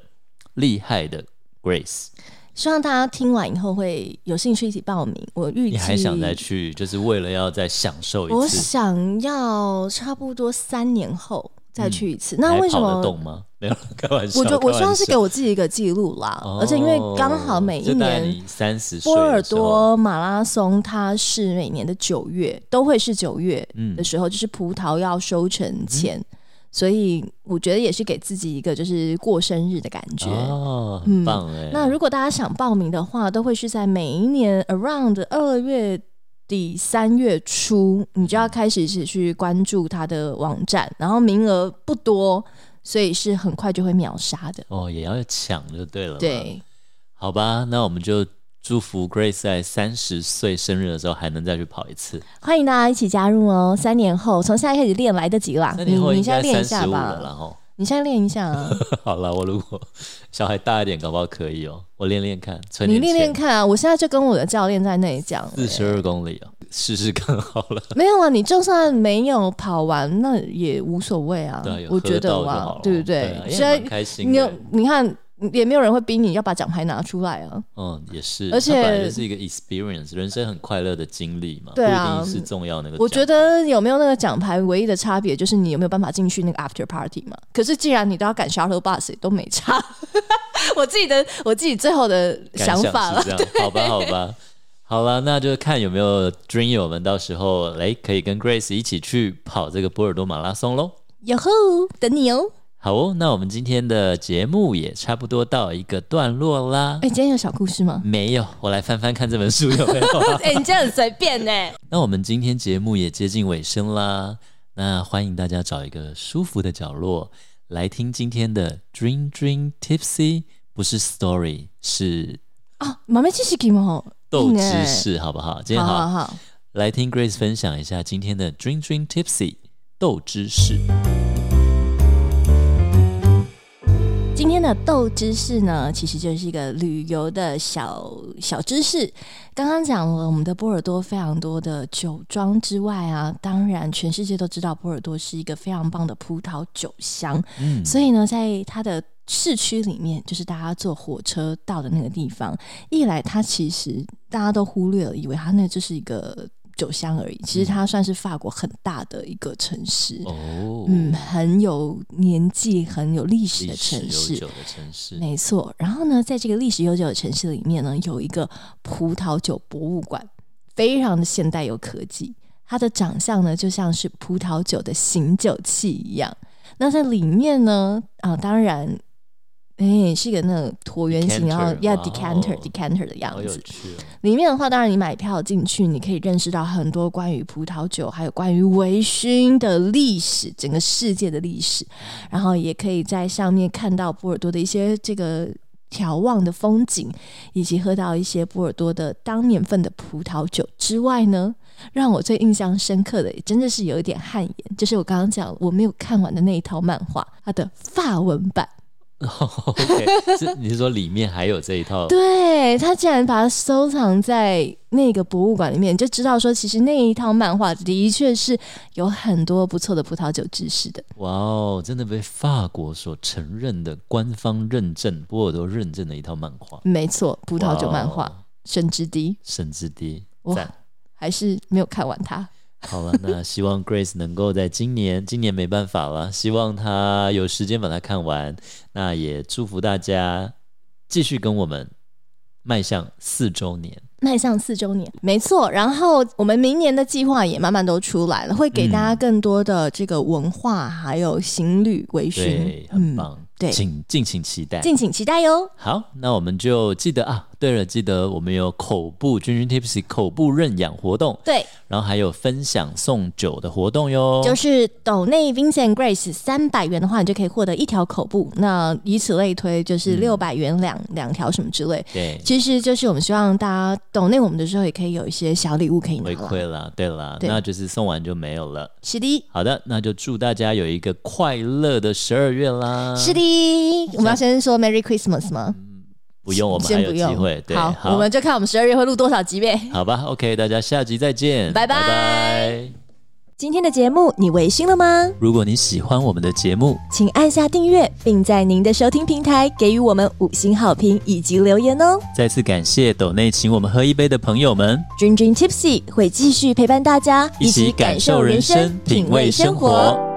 厉害的 Grace。希望大家听完以后会有兴趣一起报名。我预计你还想再去，就是为了要再享受我一次，想要差不多三年后再去一次。嗯那还为什跑么得？动吗？没有，开玩笑。哦我觉得我开希望玩是笑给我自己一个记录啦，而且因为刚好每一年三十波尔多马拉松，它是每年的九月都会是九月嗯的时候，就是葡萄要收成前，所以我觉得也是给自己一个就是过生日的感觉。哦，很棒哎、嗯那如果大家想报名的话，都会是在每一年 around 二月底三月初，你就要开始是去关注它的网站，然后名额不多，所以是很快就会秒杀的。哦也要抢就对了，，对，好吧，那我们就祝福 Grace 在三十岁生日的时候还能再去跑一次。欢迎大家一起加入哦！三年后，从现在开始练来得及啦。那年后你应你现该在练一三嗯下十五吧了，然后你现在练一下啊， <laughs> 好了，我如果小孩大一点，搞不好可以哦，我练练看，存你点练练钱。看啊！我现在就跟我的教练在那里讲，四十二公里哦，试试看好了。没有啊，你就算没有跑完，那也无所谓啊。对啊，有我喝觉得到就好哇了，对不对啊？对？也所以蛮开心你有的。你看，也没有人会逼你要把奖牌拿出来啊。嗯，也是，而且它本来就是一个 experience，人生很快乐的经历嘛，对啊不一定是重要那个。我觉，得有没有那个奖牌，唯一的差别就是你有没有办法进去那个 after party 嘛。可是既然你都要赶 shuttle bus，也都没差。 <laughs> 我自己的我自己最后的感想法是了，这样，好吧，好吧，好了，那就看有没有 dream 友们到时候哎可以跟 Grace 一起去跑这个波尔多马拉松喽。哟吼，等你哦。好哦，那我们今天的节目也差不多到一个段落啦。？哎，今天有小故事 <laughs> 吗没有，我来翻翻看这本书有没 <laughs> 有啊、哎，你这样很随便呢、 <laughs> 那我们今天节目也接近尾声啦，那欢迎大家找一个舒服的角落来听今天的 Dream Dream Tipsy，不是 Story，是啊，妈妈继续给吗？斗嗯知哎识，好不好？今天好好好好，来听 Grace 分享一下今天的 Dream Dream Tipsy 斗知识。今天的豆知识呢，其实就是一个旅游的小小知识。刚刚讲了我们的波尔多非常多的酒庄之外啊，当然全世界都知道波尔多是一个非常棒的葡萄酒乡，嗯，所以呢，在它的市区里面，就是大家坐火车到的那个地方，一来它其实大家都忽略了，以为它那就是一个酒乡而已，其实它算是法国很大的一个城市。嗯哦，嗯，很有年纪、很有历史历的史城市悠，久的城市，没错。然后呢，在这个历史悠久的城市里面呢，有一个葡萄酒博物馆，非常的现代有科技。它的长相呢，就像是葡萄酒的醒酒器一样。那在里面呢，啊，当然，哎、是一个那种椭圆形， Decanter，然后要哇哦 decanter、decanter 的样好有子。趣哦。里面的话，当然你买票进去，你可以认识到很多关于葡萄酒，还有关于微醺的历史，整个世界的历史。然后也可以在上面看到波尔多的一些这个眺望的风景，以及喝到一些波尔多的当年份的葡萄酒之外呢，让我最印象深刻的，也真的是有一点汗颜，就是我刚刚讲我没有看完的那一套漫画，它的法文版。哦 <laughs> OK，是你是说里面还有这一套？对他竟然把它收藏在那个博物馆里面，就知道说，其实那一套漫画的确是有很多不错的葡萄酒知识的。哇哦，真的被法国所承认的官方认证、波尔多认证的一套漫画，没错，葡萄酒漫哇画《哦神之滴神之滴，哇赞。还是没有看完它。好了，那希望 Grace 能够在今年，今年没办法了，希望她有时间把它看完。那也祝福大家继续跟我们迈向四周年。迈向四周年，没错。然后我们明年的计划也慢慢都出来了，会给大家更多的这个文化，还有行旅微醺对，，很棒，对请敬请期待。敬请期待哟。好，那我们就记得啊，对了，记得我们有口部君君 Tipsy 口部认养活动，对，然后还有分享送酒的活动哟。就是斗内 Vincent Grace 三百元的话，你就可以获得一条口布，那以此类推，嗯就是六百元两两条什么之类。对，其实就是我们希望大家懂内我们的时候，也可以有一些小礼物可以拿回啦。馈啦，对啦，对那就是送完就没有了。是的，好的，那就祝大家有一个快乐的十二月啦。是的，我们要先说 Merry Christmas 吗？不嗯用，我们还先有不机用。会。对，好，我们就看我们十二月会录多少集呗。好吧，OK，大家下集再见，拜拜拜拜。今天的节目你微醺了吗？如果你喜欢我们的节目，请按下订阅，并在您的收听平台给予我们五星好评以及留言哦。再次感谢斗内请我们喝一杯的朋友们，君君 Tipsy 会继续陪伴大家，一起感受人生，品味生活。